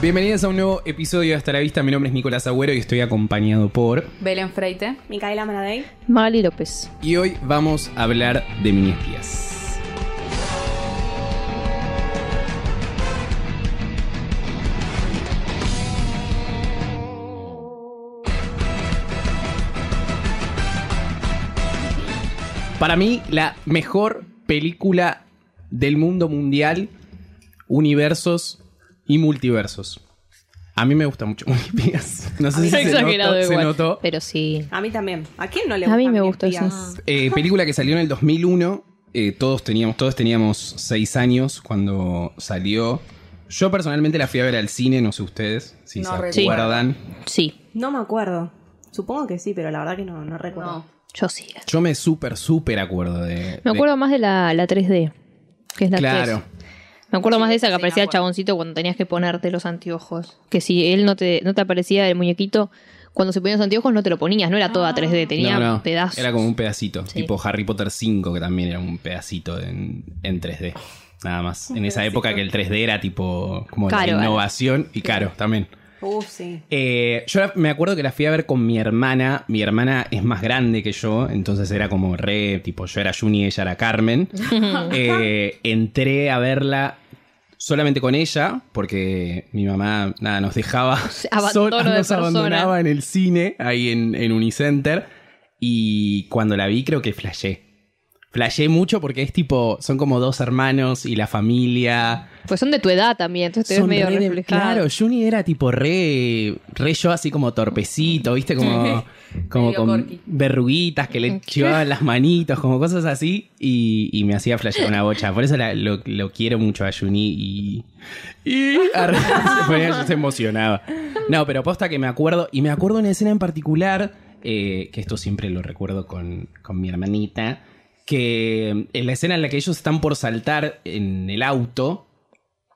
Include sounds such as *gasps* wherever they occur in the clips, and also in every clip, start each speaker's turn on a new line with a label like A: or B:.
A: Bienvenidos a un nuevo episodio de Hasta la Vista. Mi nombre es Nicolás Agüero y estoy acompañado por.
B: Belén Freite.
C: Micaela Maradei.
D: Magali López.
A: Y hoy vamos a hablar de mini espías. Para mí, la mejor película del mundo mundial, universos y multiversos. A mí me gusta mucho *laughs* Multiversos. No sé si se
D: *laughs* Exagerado
A: notó, se
D: igual,
A: notó.
D: Pero sí.
C: A mí también. ¿A quién no le
D: A
C: gusta?
D: mí me
C: Mini
D: gustó
C: Espías?
D: esa.
A: Eh, película que salió en el 2001. eh, todos teníamos todos teníamos seis años cuando salió. Yo personalmente la fui a ver al cine, no sé ustedes si
B: No
A: se
B: recuerdo.
A: acuerdan.
D: Sí,
C: No me acuerdo. Supongo que sí, pero la verdad que no, no recuerdo.
B: No.
D: yo sí.
A: Yo me súper, súper acuerdo de.
D: Me acuerdo más de la, la 3D, que
A: de-
D: es la
A: claro.
D: 3. Me acuerdo
B: Sí,
D: más de esa
B: sí,
D: que
B: me
D: aparecía el
B: acuerdo.
D: chaboncito cuando tenías que ponerte los anteojos. Que si él no te, no te aparecía el muñequito, cuando se ponía los anteojos no te lo ponías, no era toda 3D, tenía
A: No, no,
D: pedazos.
A: Era como un pedacito.
D: Sí.
A: Tipo Harry Potter 5, que también era un pedacito en, en 3D. Nada más. En esa época que el 3D era tipo como
D: Caro,
A: la
D: ¿verdad?
A: innovación y caro también.
C: Uf, Uh, sí.
A: Eh, yo la- me acuerdo que la fui a ver con mi hermana. Mi hermana es más grande que yo, entonces era como re, tipo, yo era Juni y ella era
D: *laughs*
A: Carmen. Eh, entré a verla solamente con ella, porque mi mamá, nada, nos dejaba,
D: *laughs* Abandono
A: sola,
D: de
A: nos
D: persona.
A: abandonaba en el cine, ahí en, en Unicenter. Y cuando la vi creo que flashé. Flashé mucho porque es tipo, son como dos hermanos y la familia.
D: Pues son de tu edad también, entonces te ves
A: Son
D: medio
A: re de-
D: reflejado.
A: Claro, Juni era tipo re, re yo así como torpecito, ¿viste? Como, *laughs* como
B: Medio
A: con
B: corky.
A: verruguitas que le chivaban las manitos, como cosas así. Y, y me hacía flashear una bocha. Por eso la- lo, lo quiero mucho a Juni y... Y arre- se ponía- se emocionaba. No, pero posta que me acuerdo, y me acuerdo una escena en particular, eh, que esto siempre lo recuerdo con, con mi hermanita, que en la escena en la que ellos están por saltar en el auto,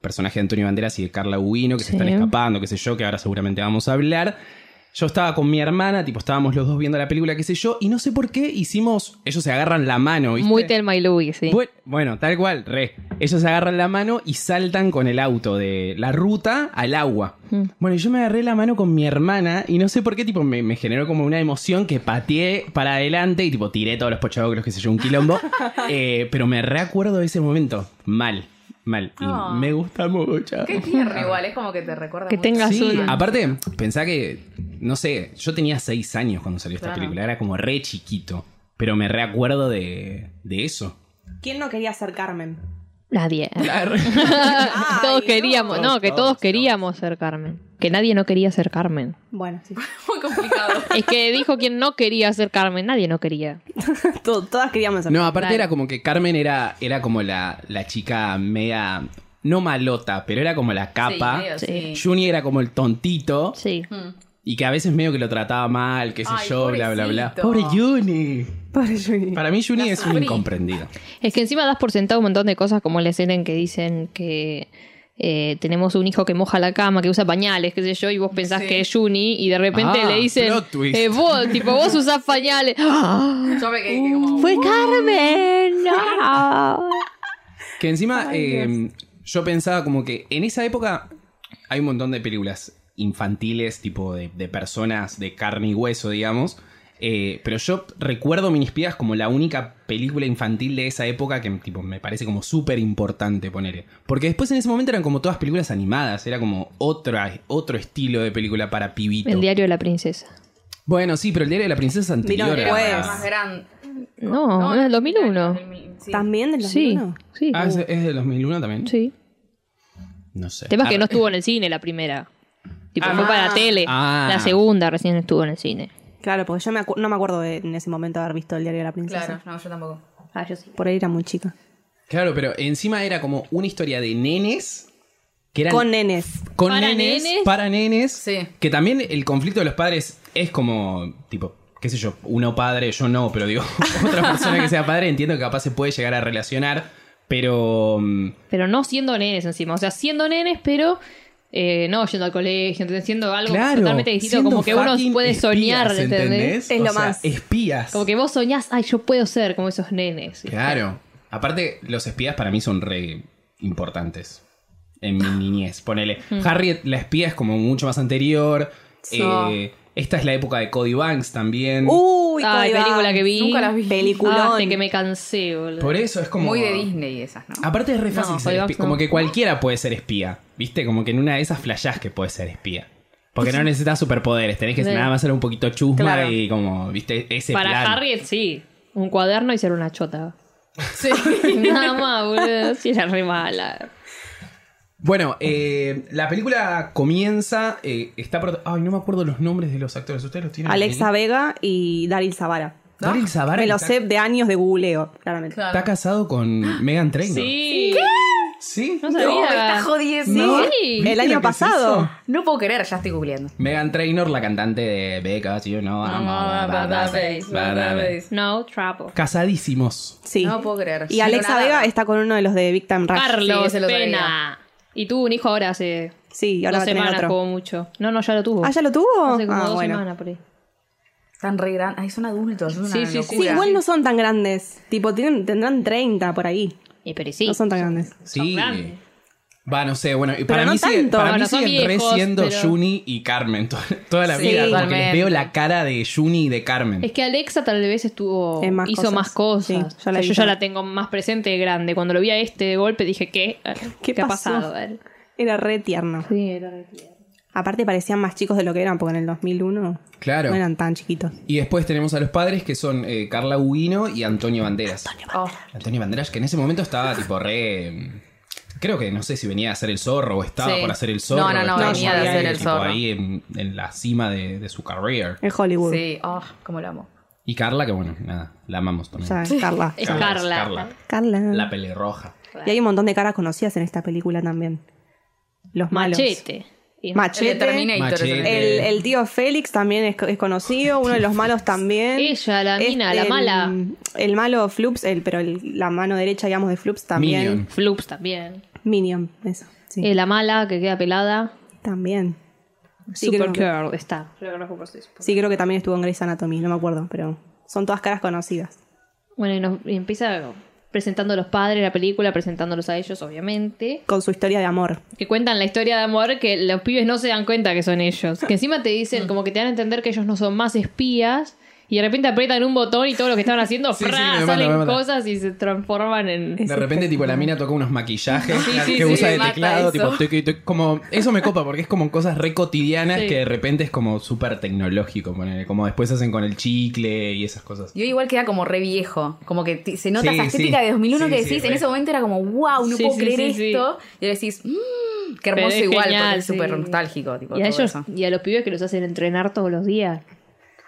A: personaje de Antonio Banderas y de Carla Uguino, que se
D: Sí.
A: están escapando, qué sé yo, que ahora seguramente vamos a hablar. Yo estaba con mi hermana, tipo, estábamos los dos viendo la película, qué sé yo, y no sé por qué hicimos, ellos se agarran la mano, ¿viste?
D: Muy Telma y Louis, sí.
A: Bueno, bueno, tal cual, re. Ellos se agarran la mano y saltan con el auto de la ruta al agua.
B: Hmm.
D: Mm.
A: Bueno, yo me agarré la mano con mi hermana y no sé por qué, tipo, me, me generó como una emoción que pateé para adelante y tipo tiré todos los pochoclos, qué sé yo,
B: *laughs*
A: un quilombo. Eh, pero me reacuerdo de ese momento. Mal, mal. Y
B: Ah.
A: me gusta mucho.
B: Qué tierno igual, es como que te recuerda
D: Que
B: mucho.
D: tengas
A: Sí,
D: un-
A: aparte, pensá que, no sé, yo tenía seis años cuando salió esta
B: Claro.
A: película, era como re chiquito, pero me reacuerdo de,
B: *laughs*
A: de eso.
C: ¿Quién no quería ser Carmen?
D: Nadie.
C: Ay,
D: *laughs* todos
C: no.
D: queríamos, no, que
A: Todos,
D: todos
A: todos.
D: queríamos ser Carmen. Que nadie no quería ser Carmen.
C: Bueno, sí.
B: Muy *laughs* complicado.
D: Es que dijo quien no quería ser Carmen, nadie no quería.
C: *laughs* To- todas queríamos ser
A: No, aparte
D: Claro.
A: era como que Carmen era, era como la, la chica media, no malota, pero era como la capa.
B: Sí, medio, sí.
A: Juni era como el tontito
D: Sí.
B: Mm.
A: y que a veces medio que lo trataba mal, qué sé
B: Ay,
A: yo, bla, bla, bla. Pobre
B: pobrecito.
A: Juni.
C: Pobre Juni.
A: Para mí Juni
B: La
A: es un
B: sufrí.
A: incomprendido.
D: Es que encima das por sentado un montón de cosas, como la escena en que dicen que eh, tenemos un hijo que moja la cama, que usa pañales, qué sé yo, y vos pensás
B: Sí.
D: que es Juni, y de repente
A: Ah,
D: le dicen,
A: plot twist.
D: eh, vos, tipo, vos usás pañales. ¡Ah!
B: Yo me quedé que como... "Uh,
D: ¡Fue
A: *laughs*
D: Carmen! Ah. ¡No!
A: Que encima eh, yo pensaba como que en esa época hay un montón de películas infantiles, tipo de, de personas de carne y hueso, digamos. Eh, pero yo recuerdo Minispías como la única película infantil de esa época que tipo, me parece como súper importante poner. Porque después en ese momento eran como todas películas animadas, era como otra, otro estilo de película para pibito.
D: El diario de la princesa.
A: Bueno, sí, pero el diario de la princesa
C: Vino
A: anterior.
B: Era
A: a-
C: después.
B: más grande.
D: No, no, es el 2001.
B: Sí.
C: ¿También del
D: Sí,
C: 2001?
D: sí.
A: Ah, ¿es, es del 2001 también?
D: sí.
A: No sé.
D: Tema que
A: Ah,
D: no estuvo en el cine la primera. Tipo,
A: Ah.
D: fue para la tele.
A: Ah.
D: La segunda recién estuvo en el cine.
C: Claro, porque yo me acu- no me acuerdo de- en ese momento haber visto el diario de la princesa.
B: Claro, no, yo tampoco.
D: Ah, yo sí.
C: Por ahí era muy chica.
A: Claro, pero encima era como una historia de nenes que eran
C: Con nenes.
A: con
D: Para
A: nenes,
D: nenes.
A: para nenes.
B: Sí.
A: Que también el conflicto de los padres es como, tipo, qué sé yo, uno padre, yo no, pero digo, *laughs* otra persona que sea padre, entiendo que capaz se puede llegar a relacionar, pero. mm,
D: Pero no siendo nenes encima. O sea, siendo nenes, pero eh, no yendo al colegio, ¿entendés? siendo algo
A: Claro,
D: totalmente distinto.
A: siendo
D: Como que uno
A: fucking
D: puede soñar,
A: espías,
D: ¿entendés?
C: Es
A: O
C: lo
A: sea,
C: más.
A: Espías.
D: Como que vos soñás, ay, yo puedo ser como esos nenes.
A: Claro. Aparte, los espías para mí son re importantes. En mi niñez. Ponele.
D: Mm.
A: Harriet, la espía es como mucho más anterior.
C: So.
A: Eh, esta es la época de Cody Banks también.
D: Uh.
C: Uy,
D: Ay,
C: Cody
D: película
C: Banks.
D: que vi.
B: Nunca las vi.
C: Peliculón.
D: Ah, de que me cansé, boludo.
A: Por eso es como.
B: Muy de Disney esas, ¿no?
A: Aparte es re fácil
D: No,
A: ser
D: Cody
A: espía.
D: Banks no.
A: Como que cualquiera puede ser espía. ¿Viste? Como que en una de esas flashás que puede ser espía. Porque no necesitas superpoderes. Tenés que
D: Sí.
A: nada más ser un poquito chusma
C: Claro.
A: y como, ¿viste? Ese
D: Para
A: plan. *laughs*
D: Harriet, sí. Un cuaderno y ser una chota. *laughs*
B: Sí.
D: Nada más, boludo. Sí, era re mala.
A: Bueno, eh, la película comienza. eh, está prota- Ay, no me acuerdo los nombres de los actores. ¿Ustedes los tienen?
C: Alexa
A: ahí?
C: Vega y Daryl Zavara.
A: Daryl Zavara
C: Me lo
A: está-
C: sé de años de googleo, claramente.
B: Claro.
A: Está casado con Megan Trainor.
D: Sí.
A: ¿Sí?
D: No
B: No, me
D: sabía.
B: estás jodiendo.
A: No.
B: No.
D: Sí.
A: ¿Viste
C: El año
A: lo que es
C: pasado.
A: eso?
B: puedo creer, ya estoy googleando.
A: Megan Trainor, la cantante de Becas, yo no amo. a Badabaze, Badabaze.
D: No trouble.
A: Casadísimos.
C: Sí.
B: No puedo creer.
C: y Alexa Vega está con uno de los de Victim Rush.
D: Carlos,
B: Sí, se lo sabía.
D: pena. Y tuvo un hijo ahora hace
C: Sí, y ahora
D: dos
C: va a tener
D: semanas
C: otro.
D: como mucho. No, no, ya lo tuvo.
C: ¿Ah, ya lo tuvo?
D: Hace como
C: ah,
D: dos
C: bueno.
D: semanas por ahí.
B: Están re grandes. Ay, son adultos. Son una
D: Sí, sí, sí.
B: locura.
C: Sí, igual no son tan grandes. Tipo, tienen, tendrán 30 por ahí.
D: Y pero sí.
C: No son tan grandes.
A: Sí.
D: grandes.
A: Va, no sé, bueno, y para
C: no
A: mí, sigue-
C: tanto.
A: para mí
D: Bueno, son
A: siguen re
D: viejos,
A: siendo
D: pero-
A: Juni y Carmen to- toda la
C: Sí,
A: vida. Porque les
B: totalmente.
A: veo la cara de Juni y de Carmen.
D: Es que Alexa tal vez estuvo
C: En más
D: hizo
C: cosas.
D: más cosas.
C: Sí, ya la
D: O sea,
C: hizo.
D: yo ya la tengo más presente de grande. Cuando lo vi a este de golpe dije, ¿qué?
C: ¿Qué
D: ha
C: pasó?
D: pasado? A ver.
C: Era re tierno.
D: Sí, era re tierno.
C: Aparte parecían más chicos de lo que eran, porque en el 2001
A: Claro.
C: no eran tan chiquitos.
A: Y después tenemos a los padres que son eh, Carla Uguino y Antonio Banderas. Antonio.
B: Oh,
A: Banderas, que en ese momento estaba tipo re. Creo que no sé si venía a hacer el zorro o estaba
B: Sí.
A: por hacer el zorro.
B: No, no, no,
A: estaba
C: venía
A: como
C: de hacer
A: ahí,
B: el
A: tipo,
B: zorro.
A: Ahí en, en la cima de, de su carrera.
C: En Hollywood.
B: sí. Oh, cómo lo amo.
A: Y Carla, que bueno, nada, la amamos
C: O
A: también.
C: sea, Carla.
D: *laughs* Es
A: Carla,
D: Carla.
A: Carla.
C: Carla.
A: La pelirroja.
C: Y hay un montón de caras conocidas en esta película también. Los malos.
D: Machete. Y-
B: El de
C: Machete.
B: Terminator. es el-
A: Machete.
C: El, el tío Félix también es, co- es conocido, uno de los malos también.
D: Ella, la mina, la
C: el-
D: mala.
C: Este, mm, El malo Flups, el, pero el- la mano derecha, digamos, de Flups también.
A: Minion.
D: Flups también.
C: Minion. eso. Sí.
D: Eh, la mala que queda pelada.
C: También. Sí, creo que-
D: Supergirl está.
C: Sí, creo que también estuvo en Grey's Anatomy, no me acuerdo, pero son todas caras conocidas.
D: Bueno, y, nos- y empieza presentando a los padres la película, presentándolos a ellos, obviamente.
C: Con su historia de amor.
D: Que cuentan la historia de amor que los pibes no se dan cuenta que son ellos. Que encima te
A: Mm.
D: dicen, como que te dan a entender que ellos no son más espías. Y de repente aprietan un botón y todo lo que estaban
A: *laughs*
D: haciendo,
A: Sí,
D: fra,
A: sí, me mata,
D: salen
A: me mata.
D: cosas y se transforman en.
A: De repente, tipo, la mina toca unos maquillajes
B: Sí, sí,
A: que
B: sí,
A: usa de
B: mata
A: teclado,
B: eso.
A: tipo, tuki, tuki, como, eso me copa porque es como cosas re cotidianas
D: Sí.
A: que de repente es como súper tecnológico, ponele, como después hacen con el chicle y esas cosas.
B: Y hoy igual queda como re viejo. Como que ti- se nota
A: Sí,
B: esa estética
A: sí.
B: de 2001 que
A: Sí, sí,
B: decís. en
A: re.
B: ese momento era como, wow, no
D: Sí,
B: puedo
D: sí,
B: creer
D: sí, sí.
B: esto. Y ahora decís, mmm, qué
D: Pero
B: hermoso
D: es
B: igual,
D: genial,
B: porque es
D: sí.
B: súper nostálgico. Tipo,
D: Y a
B: todo
D: ellos
B: eso.
D: y a los pibes que los hacen entrenar todos los días.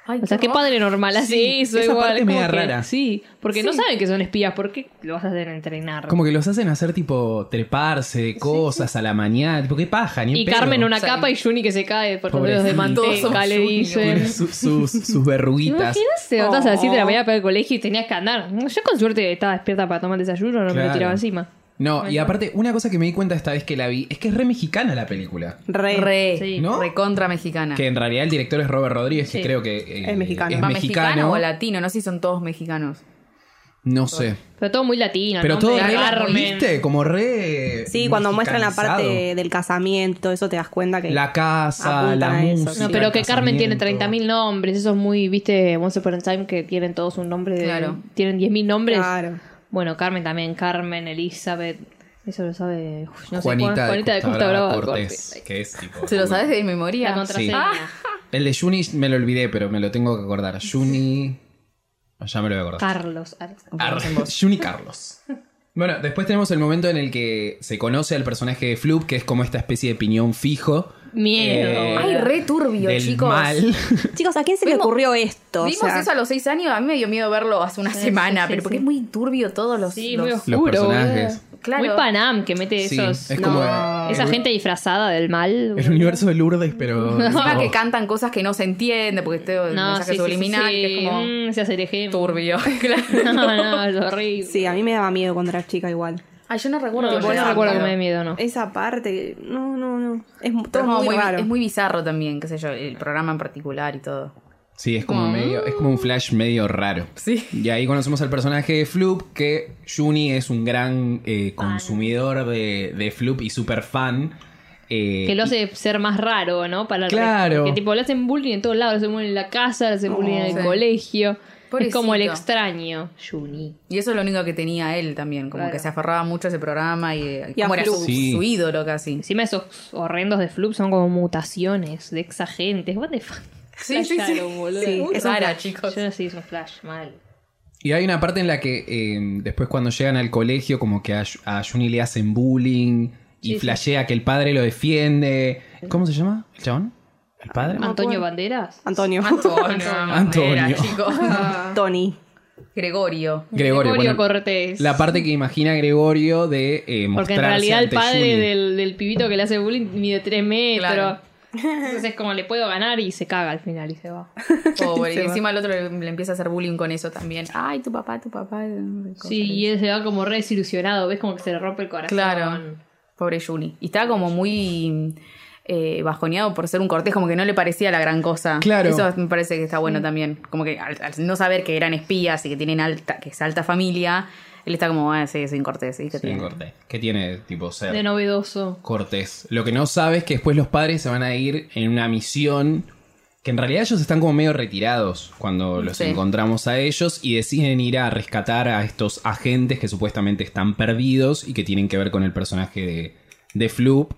B: Ay,
D: O sea, qué
B: horror.
D: padre normal hace
A: Sí,
D: eso
A: esa
D: igual.
A: parte
D: es como
A: media
D: que-
A: rara.
D: Sí, porque no saben que son espías, ¿por qué lo vas a hacer entrenar?
A: Como que los hacen hacer tipo treparse de cosas a la mañana, tipo qué paja, ni en
D: y
A: pedo.
D: Carmen una
B: Sí.
D: capa y Juni que se cae por los
A: Pobrecito.
D: dedos de
B: Todos
D: manteca,
B: somos
D: le
B: Juni,
A: Tiene
D: dicen.
A: su- sus, sus verruguitas.
D: Imagínate, andás a las
C: Oh.
D: 7 de la mañana para el colegio y tenías que andar. Yo con suerte estaba despierta para tomar desayuno, no me
A: Claro.
D: lo tiraba encima.
A: No, y aparte, una cosa que me di cuenta esta vez que la vi es que es re mexicana la película.
C: Re.
B: Re,
D: Sí.
A: ¿No?
B: re contra mexicana.
A: Que en realidad el director es Robert Rodríguez, que
D: Sí.
A: creo que eh,
C: Es mexicano.
A: es
B: Ah. ¿Va
A: mexicano.
B: mexicano o latino? No sé si son todos mexicanos.
A: No sé.
D: Pero todo muy latino.
A: Pero
D: ¿no?
A: todo
D: Hombre,
A: re,
D: Carmen.
A: ¿viste? Como re...
C: Sí, cuando muestran la parte
A: mexicanizado.
C: del casamiento, todo eso te das cuenta que.
A: La casa,
C: Apuntan
A: la
C: a eso.
A: música,
D: No,
C: Sí,
D: pero
A: el
D: que Carmen tiene
A: casamiento.
D: 30.000 nombres. Eso es muy, viste, Once Upon a Time que tienen todos un nombre. De,
B: Claro.
D: Tienen 10.000 nombres.
C: Claro.
D: Bueno, Carmen también, Carmen, Elizabeth. Eso lo sabe uf, no sé,
A: Juanita,
D: Juan-
A: de,
D: Juanita de
A: Costa
D: Costa
A: Brava
D: Brava
A: Cortés,
D: Cortés.
A: que es tipo...
B: ¿Se lo
A: uy.
B: sabes de memoria?
D: La contraseña.
A: El de Juni me lo olvidé, pero me lo tengo que acordar. Juni... Ya me lo voy a acordar.
D: Carlos. Ar-
A: Arre, Juni Carlos. Bueno, después tenemos el momento en el que se conoce al personaje de Floop, que es como esta especie de piñón fijo,
D: miedo.
A: Eh,
B: Ay, re turbio,
A: del
B: chicos.
A: mal.
C: Chicos, ¿a quién se le
B: Vimos-
C: ocurrió esto? O
B: Vimos
C: sea,
B: eso a los seis años, a mí me dio miedo verlo hace una
D: Sí,
B: semana,
D: sí, sí,
B: pero porque
D: sí.
B: es muy turbio todos los...
D: Sí,
B: los-
D: muy
A: los
D: oscuro,
A: personajes.
D: boludo.
B: Claro.
D: Muy Panam que mete
A: Sí,
D: esos.
A: es como
B: No.
A: el-
D: Esa
A: el-
D: gente disfrazada del mal.
A: El
D: boludo.
A: universo de Lourdes,
D: *laughs*
A: pero.
B: Encima
A: no.
B: que cantan cosas que no se entiende, porque este el
D: No,
B: mensaje
D: sí, sí,
B: subliminal,
D: sí,
B: que es como
D: mm, se hace el ejemplo. *laughs*
B: turbio.
D: No,
B: claro.
D: no, es horrible.
C: Sí, a mí me daba miedo cuando era chica igual.
B: Ay, yo no recuerdo
D: No,
B: que
D: yo
B: me
D: no
B: daba
D: recuerdo que me dé
B: miedo.
D: miedo, no.
C: Esa parte, no, no, no. Es mu- todo
B: Pero como
C: muy,
B: muy-
C: raro.
B: Es muy bizarro también, qué sé yo, el programa en particular y todo.
A: Sí, es como medio, es como un flash medio raro.
B: Sí.
A: Y ahí conocemos al personaje de Floop, que Juni es un gran eh, consumidor de, de Floop y super fan. eh,
D: Que lo hace ser más raro, ¿no? Para el
A: Claro.
D: resto. Que tipo, le hacen bullying en todos lados. Le hacen bullying en la casa, le hacen bullying en el
B: Sí.
D: colegio. Es
B: Pobrecito.
D: como el extraño. Juni.
B: Y eso es lo único que tenía él también, como
D: Claro.
B: que se aferraba mucho a ese programa y, eh,
C: Y a
B: como era su,
C: Flup.
A: Sí.
B: su ídolo casi.
D: Encima esos horrendos de Floop son como mutaciones de ex agentes. What the fuck. Flasharon, boludo.
C: Sí,
B: Muy
C: es un
B: rara,
C: flash.
B: chicos.
D: Yo no sé, es un flash mal.
A: Y hay una parte en la que eh, después cuando llegan al colegio, como que a, Yu- a Juni le hacen bullying y
D: Sí, sí.
A: flashea que el padre lo defiende. ¿Cómo se llama? ¿El chabón? ¿El padre?
C: me
D: ¿Antonio
C: acuerdo.
D: Banderas?
C: Antonio.
B: Antonio. Bandera,
A: Antonio.
D: *laughs*
B: chicos.
C: *laughs* Tony.
B: Gregorio.
A: Gregorio. bueno,
D: Cortés.
A: la parte que imagina Gregorio de eh, mostrarse
D: Porque en realidad el
A: ante
D: padre
A: Juni.
D: del, del pibito que le hace bullying mide 3 metros.
B: Claro.
D: Entonces es como le puedo ganar y se caga al final y se va.
B: Pobre. Y
C: Se va.
B: encima el otro le, le empieza a hacer bullying con eso también. Ay, tu papá, tu papá.
D: Sí, y él se va como re desilusionado, ves como que se le rompe el corazón.
B: Claro. Pobre Juni. Y estaba como muy eh, bajoneado por ser un cortés, como que no le parecía la gran cosa.
A: Claro.
B: Eso me parece que está bueno también. Como que al, al no saber que eran espías y que tienen alta, que es alta familia, él está como, ah, sí, soy un cortés. ¿sí? ¿Qué
A: Sí,
B: tiene?
A: Cortés. Que tiene tipo ser
D: De novedoso.
A: Cortés. Lo que no sabe es que después los padres se van a ir en una misión que en realidad ellos están como medio retirados cuando los
B: Sí.
A: encontramos a ellos y deciden ir a rescatar a estos agentes que supuestamente están perdidos y que tienen que ver con el personaje de, de Floop.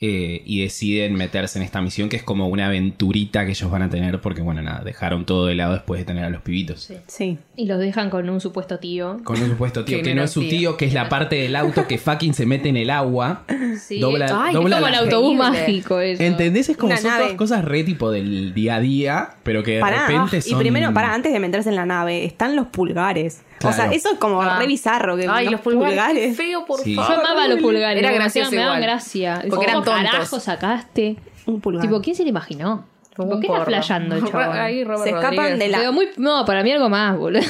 A: eh, y deciden meterse en esta misión que es como una aventurita que ellos van a tener porque, bueno, nada, dejaron todo de lado después de tener a los pibitos.
D: Sí.
C: Sí.
D: Y los dejan con un supuesto tío.
A: Con un supuesto tío
B: Que
A: que,
B: no
A: no
B: era
A: es su
B: tío.
A: tío, que es la parte del auto que fucking se mete en el agua.
D: Sí.
A: Dobla-
D: Ay,
A: dobla
D: es como el
A: la-
D: autobús
B: Increíble.
D: mágico eso.
A: ¿Entendés? Es como
C: Una
A: son todas
C: nave.
A: cosas re tipo del día a día, pero que de
C: Pará.
A: repente
C: ah,
A: son...
C: Y primero, pará, antes de meterse en la nave, están los pulgares.
A: Claro.
C: O sea, eso es como
B: Ah.
C: re bizarro. Que
B: Ay,
C: unos
B: los pulgares. qué Feo, por
A: Sí.
D: Yo
B: favor.
D: amaba los pulgares.
B: Era
D: me
B: gracioso
D: hacían- Me daban
B: igual.
D: gracia.
B: Porque eran
D: ¿Cómo
B: tontos.
D: carajo sacaste?
C: Un pulgar.
D: Tipo, ¿quién se lo imaginó?
B: Como
D: ¿Por
B: un
D: qué está
B: porro.
D: *laughs* flayando el chabón?
B: Ahí Robert
C: Se escapan
B: Rodríguez.
C: de la-
D: Pero muy, no, para mí algo más, *laughs* boludo.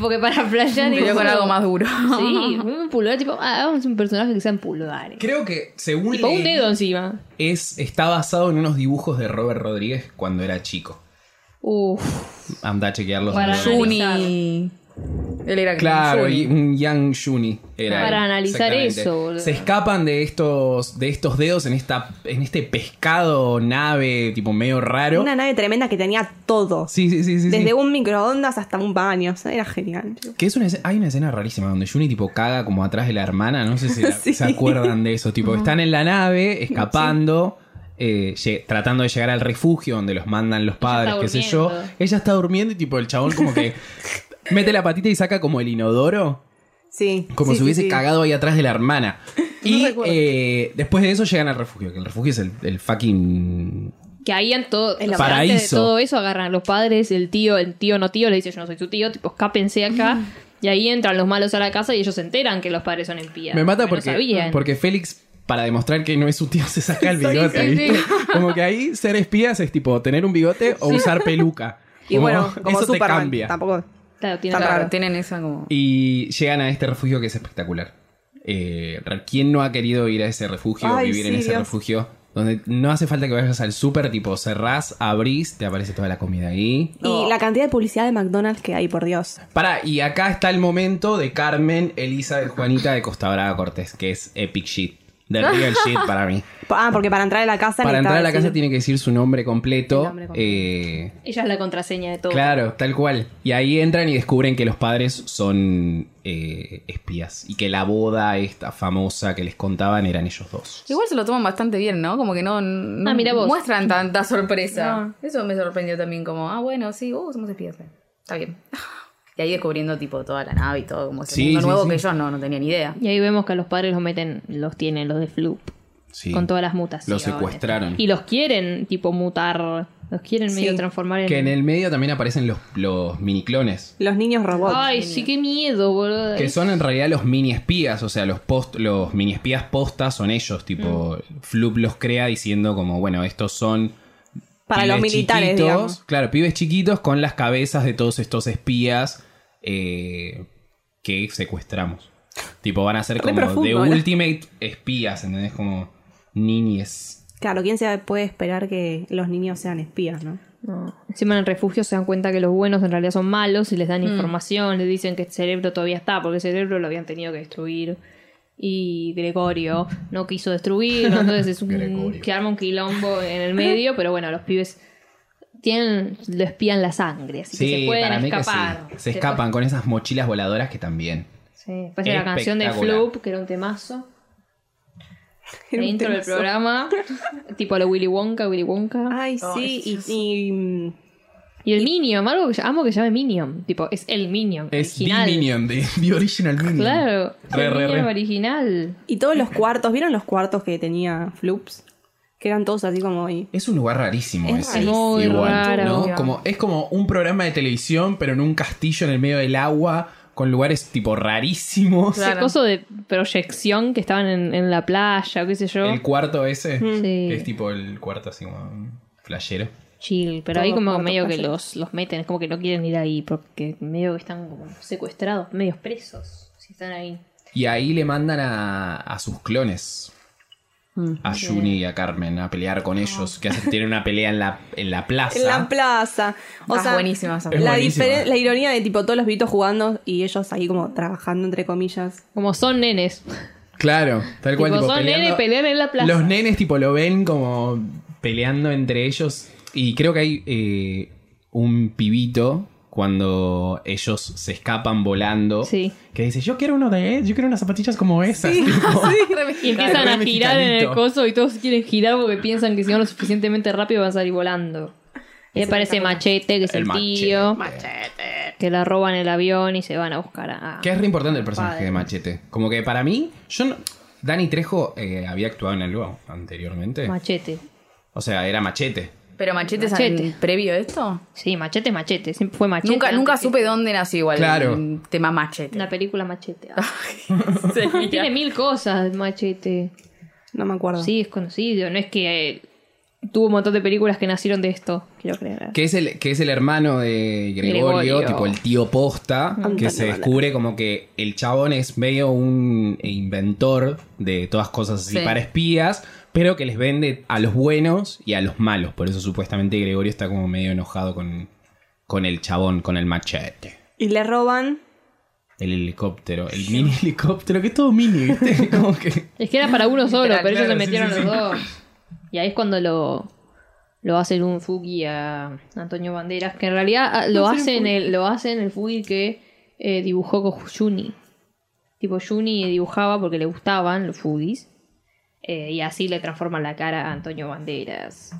D: Porque para flashear...
B: Me dio
D: digo,
B: con algo más duro.
A: *laughs*
D: Sí, un pulgar, tipo, ah, hagamos un personaje que sean pulgares.
A: Creo que según
D: Tipo, un
A: leí,
D: dedo encima.
A: es está basado en unos dibujos de Robert Rodríguez cuando era chico.
D: Uf,
A: Anda a chequearlos.
D: Para
A: en
D: Juni.
A: Google.
B: Juni. Él era
A: Claro,
B: Juni.
A: y un Yang Juni era
D: Para
A: él,
D: analizar
A: exactamente.
D: eso, boludo.
A: Se escapan de estos de estos dedos en esta en este pescado nave tipo medio raro.
C: Una nave tremenda que tenía todo.
A: Sí, sí, sí, sí. sí.
C: Desde un microondas hasta un baño. O sea, era genial. tío.
A: Que es una escena- hay una escena rarísima donde Juni tipo caga como atrás de la hermana, no sé
C: *laughs*
A: si la-
C: Sí.
A: se acuerdan de eso, tipo están en la nave escapando, eh, lle- tratando de llegar al refugio donde los mandan los padres,
D: está
A: qué sé yo.
D: durmiendo.
A: Ella está durmiendo y tipo el chabón como
C: *laughs*
A: que mete la patita y saca como el inodoro,
C: Sí.
A: como
C: Sí,
A: si
C: sí,
A: hubiese
C: sí.
A: cagado ahí atrás de la
C: *laughs*
A: hermana. Y eh, después de eso llegan al refugio, que el refugio es el, el fucking...
D: que ahí en todo...
C: En la
D: o sea, antes
A: paraíso.
D: de todo eso agarran a los padres, el tío, el tío no tío, le dice yo no soy tu tío, tipo, escápense acá. Y ahí entran los malos a la casa y ellos se enteran que los padres son espías.
A: Me mata
D: no
A: porque,
D: sabían.
A: porque Félix, para demostrar que no es su tío, se saca el
C: *laughs*
A: bigote.
D: sí,
A: ¿viste? Como que ahí ser espías es tipo tener un bigote o usar peluca. *laughs*
C: Y bueno, como
A: eso te
C: Superman.
A: cambia.
C: Tampoco.
D: Claro, tiene
C: Está
B: Claro,
C: raro.
B: tienen esa como.
A: Y llegan a este refugio que es espectacular. Eh, ¿Quién no ha querido ir a ese refugio,
C: Ay,
A: vivir en
C: sí,
A: ese
C: Dios.
A: refugio? Donde no hace falta que vayas al súper, tipo cerrás, abrís, te aparece toda la comida ahí.
C: Y la cantidad de publicidad de McDonald's que hay, por Dios.
A: Pará, y acá está el momento de Carmen, Elizabeth, Juanita de Costa Brava Cortés, que es epic shit. The real shit para mí.
C: Ah, porque para entrar a la casa.
A: Para entrar a la casa
C: necesitaba decir-
A: tiene que decir su nombre completo.
C: El nombre completo.
A: eh,
D: Ella es la contraseña de todo.
A: claro, tal cual. Y ahí entran y descubren que los padres son eh, espías. Y que la boda esta famosa que les contaban eran ellos dos.
B: Igual se lo toman bastante bien, ¿no? Como que no, no
D: Ah, mira vos.
B: muestran *laughs* tanta sorpresa. Eso me sorprendió también, como, ah, bueno, sí, uh, somos espías. eh. Está bien. *laughs* Y ahí descubriendo, tipo, toda la nave y todo, como ese
A: Sí,
B: mundo
A: sí,
B: nuevo
A: sí.
B: que yo no, no tenía ni idea.
D: Y ahí vemos que a los padres los meten, los tienen, los de Floop.
A: Sí.
D: con todas las mutas.
A: Lo secuestraron.
D: Y los quieren, tipo, mutar. Los quieren medio
C: Sí.
D: transformar en.
A: Que en el medio también aparecen los, los miniclones.
C: Los niños robots.
D: Ay, sí, qué miedo, boludo.
A: Que son en realidad los mini espías, o sea, los post, los mini espías postas son ellos, tipo, Floop los crea diciendo como, bueno, estos son
C: Para los
A: pibes
C: militares,
A: chiquitos,
C: digamos.
A: Claro, pibes chiquitos con las cabezas de todos estos espías eh, que secuestramos. Tipo, van a ser
C: Re
A: como de
C: profundo, ¿no?
A: Ultimate espías, ¿entendés? Como niñes.
C: Claro, ¿quién se puede esperar que los niños sean espías, no?
D: No. Encima en el refugio se dan cuenta que los buenos en realidad son malos y les dan información, les dicen que el cerebro todavía está, porque el cerebro lo habían tenido que destruir. Y Gregorio no quiso destruirlo, entonces es un,
A: Gregorio.
D: que arma un quilombo en el medio, pero bueno, los pibes tienen, lo espían la sangre, así que se pueden escapar.
A: sí. Se escapan con esas mochilas voladoras que también.
D: Sí, después de la canción de
A: Espectacular.
D: Floop, que era un temazo.
C: Era
D: el
C: un
D: intro del
C: temazo.
D: programa, tipo lo Willy Wonka, Willy Wonka.
C: Ay, sí, y, y, mm,
D: Y el Minion, algo que amo que llame Minion. Tipo, es el Minion.
A: Es The
D: original.
A: Minion, The, the Original Minion.
D: Claro.
A: Re,
D: el
A: re,
D: Minion
A: re.
D: original.
C: y todos los cuartos, ¿vieron los cuartos que tenía Flups? Que eran todos así como... y-
A: Es un lugar rarísimo
C: Es
A: ese.
D: rarísimo. Muy
A: igual,
D: raro.
A: ¿no? Como, es como un programa de televisión, pero en un castillo en el medio del agua, con lugares tipo rarísimos.
B: Claro.
D: Ese coso de proyección que estaban en, en la playa o qué sé yo.
A: El cuarto ese,
D: Mm. Sí.
A: que es tipo el cuarto así como flashero.
D: Chill. Pero
C: Todo
D: ahí como
C: cuarto
D: medio que
C: calle.
D: los, los meten. Es como que no quieren ir ahí porque medio que están como secuestrados, medios presos. Si están ahí.
A: Y ahí le mandan a, a sus clones.
D: Mm.
A: A Juni y a Carmen a pelear
D: Ah.
A: con ellos, que hacen, tienen una pelea en la, en la plaza.
C: En la plaza. O
B: Ah,
C: sea,
B: buenísima esa.
A: Es
C: la,
A: buenísima.
C: diferen- la ironía de tipo todos los bitos jugando y ellos ahí como trabajando entre comillas.
D: Como son nenes.
A: Claro, tal cual.
D: Tipo,
A: tipo,
D: son nenes,
A: peleando-
D: pelean en la plaza.
A: Los nenes tipo lo ven como peleando entre ellos. Y creo que hay eh, un pibito cuando ellos se escapan volando.
D: Sí.
A: Que dice, yo quiero uno de yo quiero unas zapatillas como esas.
D: *laughs*
A: tipo.
D: Y empiezan
A: Re
D: a girar en el
A: mexicanito.
D: coso y todos quieren girar porque piensan que si van lo suficientemente rápido van a salir volando. Y aparece Machete, que es el,
A: El Machete.
D: tío. Que la roban el avión y se van a buscar a.
A: Que es re importante el personaje
D: Padre.
A: de Machete. Como que para mí, yo no- Dani Trejo eh, había actuado en algo anteriormente.
D: Machete.
A: o sea, era Machete.
B: Pero Machete, es
D: Machete.
B: an- previo a esto.
D: Sí, Machete es Machete. Siempre fue Machete.
B: Nunca,
D: antes
B: nunca
D: que-
B: supe dónde nació igual
A: Claro.
B: el tema *laughs* Machete.
D: La película Machete. Ah. *laughs* Tiene mil cosas, Machete.
C: No me acuerdo.
D: Sí, es conocido. No es que. eh, tuvo un montón de películas que nacieron de esto, quiero creer.
A: Que es, el, que es el hermano de Gregorio,
D: Gregorio.
A: tipo el tío posta, que se descubre como que el chabón es medio un eh, inventor de todas cosas así
B: Sí.
A: para espías, pero que les vende a los buenos y a los malos. Por eso supuestamente Gregorio está como medio enojado con, con el chabón, con el machete.
C: Y le roban
A: El helicóptero, el mini helicóptero, que es todo mini, ¿viste? *laughs* Como que...
D: Es que era para uno solo,
B: Literal,
D: pero ellos se
A: claro, sí,
D: metieron
A: sí,
D: los
A: sí.
D: dos. Y ahí es cuando lo, lo hacen un Fugi a Antonio Banderas, que en realidad ah, lo, hacen el, lo hacen el Fugi que eh, dibujó con Juni. Tipo, Juni dibujaba porque le gustaban los Fugis. eh, y así le transforman la cara a
A: *laughs*
D: Antonio Banderas.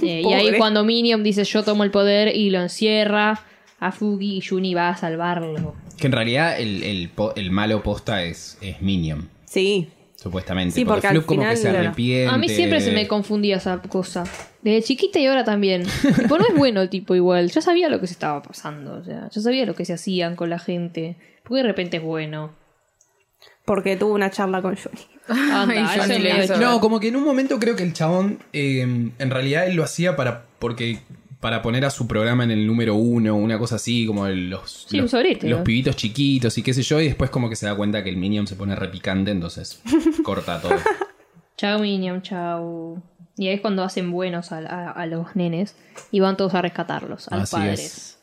D: Eh, y ahí
C: Pobre.
D: cuando Minion dice yo tomo el poder y lo encierra a Fugi y Juni va a salvarlo.
A: Que en realidad el, el po- el malo posta es, es Minion,
C: Sí.
A: supuestamente.
C: Sí, porque al
A: Flup como que
C: final,
A: se
C: claro.
A: arrepiente.
D: A mí siempre se me confundía esa cosa. Desde chiquita y ahora también. Tipo, no es bueno el tipo igual. Yo sabía lo que se estaba pasando. O sea, yo sabía lo que se hacían con la gente. Porque de repente es bueno.
C: Porque tuvo una charla con Johnny.
D: Anda,
B: Ay, yo
D: eso
B: ni
D: es
B: le
D: medio
B: hizo.
D: chido.
A: No, como que en un momento creo que el chabón eh, en realidad él lo hacía para porque para poner a su programa en el número uno, una cosa así, como el- los,
D: Sí, un
A: los,
D: sorete,
A: los
D: ¿no?
A: pibitos chiquitos y qué sé yo, y después como que se da cuenta que el Minion se pone repicante,
D: *laughs*
A: entonces corta todo.
D: Chao, Minion, chao. Y ahí es cuando hacen buenos a, a- a los nenes. Y van todos a rescatarlos, a los
A: Así
D: padres.
A: es.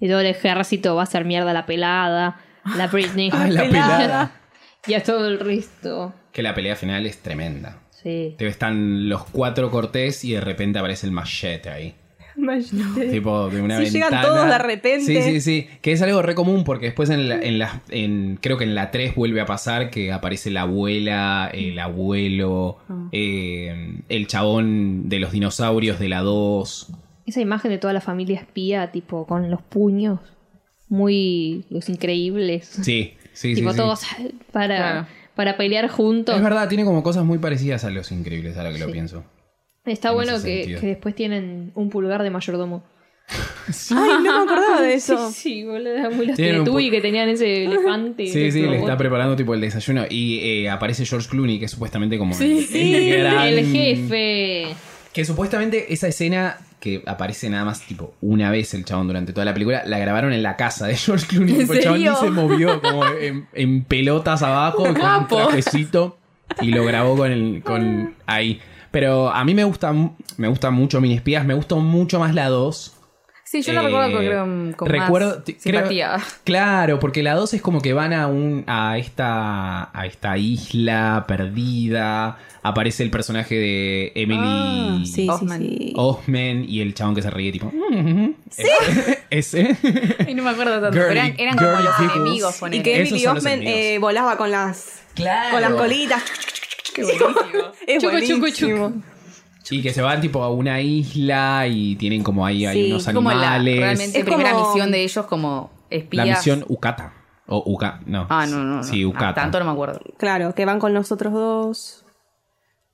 D: Y todo el ejército va a hacer mierda a la pelada, la Britney.
A: *laughs* Ah, la pelada.
D: *laughs* y a todo el resto.
A: Que la pelea final es tremenda.
D: Sí.
A: Te están los cuatro cortés y de repente aparece el machete ahí. Tipo de una
C: Sí, llegan
A: ventana.
C: todos de repente.
A: Sí, sí, sí. Que es algo re común porque después en la, en la- en- creo que en la 3 vuelve a pasar que aparece la abuela, el abuelo,
C: Ah.
A: eh, el chabón de los dinosaurios de la 2.
D: Esa imagen de toda la familia espía, tipo, con los puños. Muy los increíbles. *laughs*
A: Sí, sí, sí,
D: tipo,
A: sí.
D: todos para,
B: Claro.
D: para pelear juntos.
A: Es verdad, tiene como cosas muy parecidas a los increíbles, ahora que lo
D: Sí.
A: pienso.
D: Está
A: en
D: bueno
A: ese
D: que,
A: sentido.
D: que después tienen un pulgar de mayordomo.
C: Ay, no me acordaba de
D: Sí,
C: eso.
D: *laughs* sí, boludo. eran Muy los
A: Tienen un
D: Teletubbies
A: pul-
D: que tenían ese
A: *laughs*
D: elefante.
A: Sí, sí,
D: ese
A: le está
D: robot.
A: preparando tipo el desayuno y eh, aparece George Clooney, que es supuestamente como
C: Sí,
A: el, *laughs*
C: sí.
A: el gran-
D: El jefe.
A: Que supuestamente esa escena que aparece nada más tipo una vez el chabón durante toda la película, la grabaron en la casa de *laughs* George Clooney.
B: ¿En
A: Tipo, el chabón ni
B: serio?
A: se movió como en, en pelotas abajo, con un
B: Capo.
A: trajecito y lo grabó con el con
B: Ah.
A: ahí. Pero a mí me gusta mu- me gusta mucho Mini Espías, me gustó mucho más la 2.
B: Sí, yo la
A: Eh,
B: recuerdo con, con- con
A: recuerdo-
B: más
A: ti- creo-
B: simpatía.
A: Claro, porque la 2 es como que van a un a esta a esta isla perdida, aparece el personaje de Emily
C: Ah, sí, sí,
B: Hoffman.
C: sí.
A: Osman y el chabón que se ríe tipo ¿Sí? ese
B: *laughs* Ay, no me acuerdo tanto.
A: Girly-
B: pero eran eran como
A: girly
B: los
A: people.
B: enemigos,
C: Y
B: ponele.
C: que
A: Esos
C: Emily
A: son los
C: Osment
A: enemigos.
C: eh, volaba con las,
A: claro
C: con las colitas.
B: Qué buenísimo.
C: Es
D: Chucu, chucu,
C: buenísimo.
A: y que se van tipo a una isla y tienen como ahí, hay
C: Sí,
A: unos
B: Es como la
A: animales
B: realmente
C: Es
B: primera
C: como-
B: misión de ellos como
A: la
B: espías.
A: misión Ukata o Uka no
B: Ah, no, no. no.
A: sí
B: Ah,
A: Ukata
B: tanto no me acuerdo.
C: Claro, que van con nosotros dos.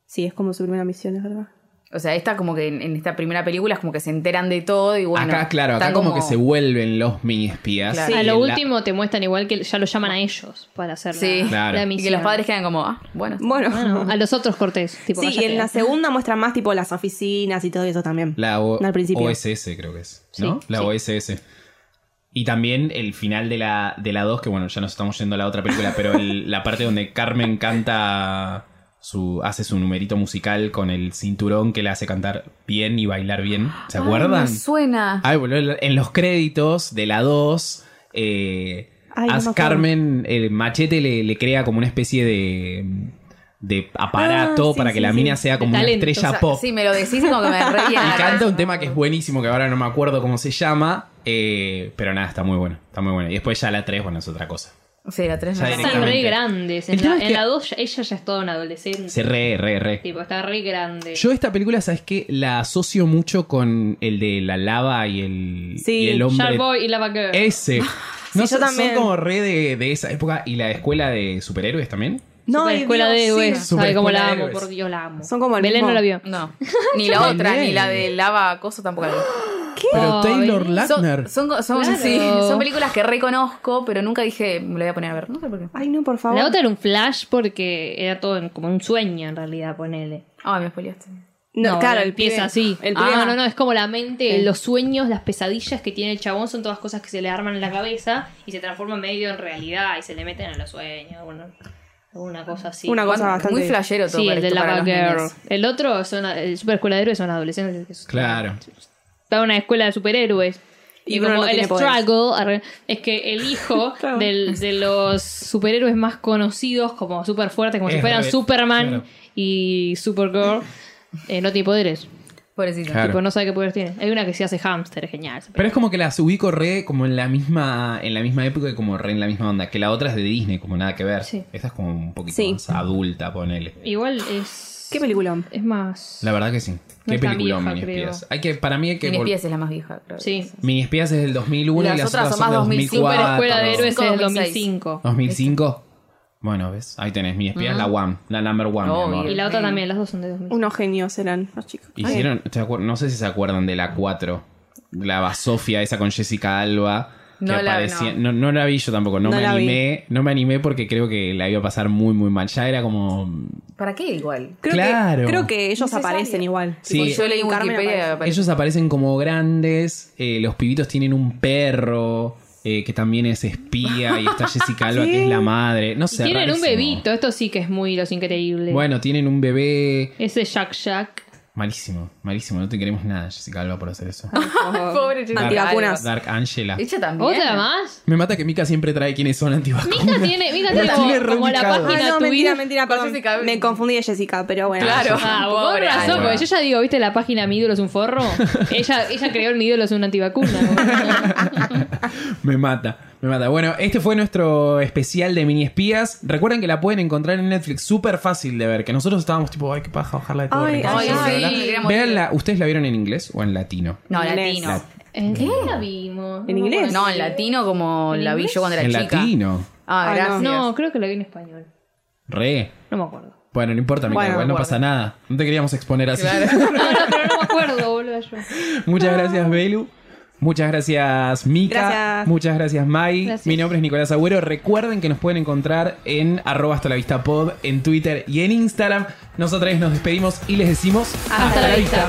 C: Sí, es como su primera misión, es verdad.
B: O sea, esta como que en, en esta primera película es como que se enteran de todo y bueno.
A: acá claro acá
B: están
A: como... que se vuelven los mini espías
B: Claro.
A: Y
D: A lo
A: la-
D: último te muestran igual que ya lo llaman a ellos para hacer la-
B: Sí.
D: la,
A: Claro. Y que
B: Y
D: misión.
B: que los padres quedan como, ah, bueno.
C: Bueno.
D: Bueno,
C: *laughs*
D: a los otros cortés. Tipo,
C: sí, y
D: cállate.
C: en la segunda muestran más tipo las oficinas y todo eso también.
A: La O-
C: Al principio.
A: OSS creo que es, ¿no?
D: Sí,
A: la
D: sí.
A: OSS. Y también el final de la, de la 2, que bueno, ya nos estamos yendo a la otra película, pero
C: *laughs*
A: el- la parte donde Carmen canta su hace su numerito musical con el cinturón que la hace cantar bien y bailar bien. ¿Se
B: Ay,
A: acuerdan? Ah,
B: me suena.
A: Ay, boludo, en los créditos de la 2, eh,
C: Ay, no me
A: As
C: acuerdo.
A: Carmen, el machete le, le crea como una especie de, de aparato
C: Ah, sí,
A: para que
C: sí,
A: la
C: sí.
A: mina sea
D: De
A: como una
D: talento,
B: O sea,
A: estrella pop.
B: Sí, me lo decís y como que me reía.
A: *laughs* Y canta un tema que es buenísimo, que ahora no me acuerdo cómo se llama. eh, pero nada, está muy bueno. Está muy bueno. Y después ya la 3, bueno, es otra cosa.
B: Sí, la tres
A: Ya
B: no.
A: directo.
D: Están re
A: directamente.
D: grandes.
A: El
D: En
A: tema
D: la,
A: es
D: en
A: que-
D: la dos, ella ya es toda una adolescente.
A: Se re, re, re.
D: Tipo, está re grande.
A: Yo esta película, ¿sabes qué? La asocio mucho con el de la lava y el,
C: Sí,
A: y el
D: Shark
A: hombre.
D: Boy y Lava Girl.
C: *laughs*
A: Ese. No,
C: yo
A: son, son
C: también.
A: como re de, de esa época. Y la escuela de superhéroes también.
D: No,
C: y
D: escuela de
C: Dios, sí.
D: héroes.
A: Super
D: Sabe cómo
A: escuela
D: la
A: de
D: amo,
A: héroes.
D: por Dios la amo.
C: Son como el
D: Belén
C: mismo-
D: no la vio.
B: No. Ni la otra, ni la de lava cosa tampoco la vi.
A: Pero
D: Oh,
C: eh,
A: Taylor *gasps*
D: ¿ves?
A: Lautner.
B: Son, son, son-
D: Claro.
B: sí, son películas que reconozco, pero nunca dije, me la voy a poner a ver. No sé por qué.
C: Ay, no, por favor.
D: La otra era un flash porque era todo en- como un sueño en realidad, ponele. eh,
B: Ah, me spoileaste.
C: No, claro, el
D: empieza
C: pibe-
D: así.
C: El pibe-
D: ah,
B: pibe-
D: no, no, es como la mente,
C: Sí.
D: los sueños, las pesadillas que tiene el chabón son todas cosas que se le arman en la cabeza y se transforman medio en realidad y se le meten en los sueños, bueno, alguna cosa así.
C: Una cosa
B: Cuán-
C: bastante-
B: Muy flashero todo
D: Sí,
B: para
D: el de
B: esto, para
D: Lava
B: los
D: Girl.
B: niños.
D: El otro, son, el super escuela de héroes son adolescentes. que es-
A: Claro.
D: Está en una escuela de superhéroes.
C: Y
D: Y,
C: Bruno
D: como
C: no
D: el
C: tiene poderes.
D: struggle arre- es que el hijo
C: *laughs* Claro.
D: del- de los superhéroes más conocidos, como súper fuertes, como
A: Es
D: si fueran
A: re-
D: Superman
A: claro.
D: y Supergirl, eh, no tiene poderes.
B: Pobrecito.
A: Claro.
D: Tipo, no sabe qué poderes tiene. Hay una que sí hace hámster, es genial. esa
A: Pero es como que las ubico re como en la misma en la misma época y como re en la misma onda. Que la otra es de Disney, como nada que ver.
D: Sí.
A: Esta es como un poquito
C: Sí.
A: más adulta, ponele.
D: película. Igual es.
C: ¿Qué peliculón?
D: Es más.
A: La verdad que sí. Qué
D: es tan
A: película
D: vieja,
A: Mini Espías.
D: creo.
A: Hay que, para mí hay que...
B: Mini
A: vol-
B: Espías es la más vieja, creo.
D: Sí.
A: Mini Espías es del 2001 y
B: Las
A: las
B: otras
A: otras,
B: son más
A: son de
B: 2005.
A: 2004.
D: Super escuela de héroes es del
B: 2006.
D: 2005.
A: 2005. Bueno, ¿ves? Ahí tenés Mini Espías, la one, la number one. mi
B: Obvio.
A: amor.
D: Y la otra también, las dos son de 2005.
C: Unos genios eran los chicos.
A: Hicieron, ¿te acuer- no sé si se acuerdan de la 4. La Basofia, esa con Jessica Alba. que
B: No la-
A: aparecía-
B: no.
A: no. no la vi yo tampoco, no,
C: No
A: me
C: la vi.
A: animé, no me animé porque creo que la iba a pasar muy muy mal. Ya era como
B: ¿Para qué igual?
C: Creo
A: Claro.
C: Que, creo que ellos
B: Necesario.
C: aparecen igual.
A: Sí.
B: Tipo, Pues yo leí en
C: Carmen
B: Wikipedia.
C: aparece.
B: aparece.
A: ellos aparecen como grandes, eh, los pibitos tienen un perro eh, que también es espía y está Jessica Alba que es la madre, no
D: Y
A: sé.
D: tienen un
A: rarísimo.
D: bebito, esto sí que es muy Los Increíbles.
A: Bueno, tienen un bebé
D: Ese Jack Jack.
A: malísimo, malísimo, no te queremos nada Jessica Alba por hacer eso.
C: *laughs*
B: Pobre chica.
C: Antivacunas.
A: Dark Angela.
B: Ella también.
D: ¿Otra más?
A: Me mata que Mika siempre trae quienes son antivacunas.
D: Mika tiene, Mika tiene
A: La
D: como,
A: tiene
D: como la
A: reubicada.
C: Ah,
D: página
C: no,
D: Twitter.
C: mentira, mentira,
B: Con
C: perdón.
B: Jessica Biel.
C: Me confundí de Jessica, pero bueno.
B: Claro.
D: Ah, vos con
B: Pobre
D: razón,
B: Alba.
D: porque yo ya digo, ¿viste la página Mi ídolo es un forro? *laughs* ella, ella creó el Mi ídolo es un antivacuna.
A: Me mata, me mata. Bueno, este fue nuestro especial de mini espías. Recuerden que la pueden encontrar en Netflix, súper fácil de ver. Que nosotros estábamos tipo, ay, qué paja, bajarla de todo.
C: Ay,
A: rencor,
B: Ay,
A: bla, bla,
B: sí,
A: bla".
B: queríamos-
A: Véanla, ¿ustedes la vieron en inglés o en latino?
B: No,
C: En
B: latino.
C: inglés.
D: *laughs* ¿En qué la vimos?
C: ¿En inglés?
B: No, en latino como
D: ¿En
B: la vi
D: inglés?
B: yo cuando era
A: en
B: chica.
A: latino.
B: Ah,
C: Ah,
B: gracias.
D: No, creo que la vi en español.
A: Re.
D: No me acuerdo.
A: Bueno, no importa, Mica,
C: Bueno,
A: igual no
C: guarda.
A: pasa nada. No te queríamos exponer así.
D: No, no, Ah, pero no me acuerdo, boludo. Yo. Ah.
A: Muchas gracias, Belu. Muchas gracias, Mika.
C: Gracias.
A: Muchas gracias, Mai.
D: Gracias.
A: Mi nombre es Nicolás Agüero. Recuerden que nos pueden encontrar en arroba hasta la vista pod, en Twitter y en Instagram. Nosotros nos despedimos y les decimos
D: Hasta la vista.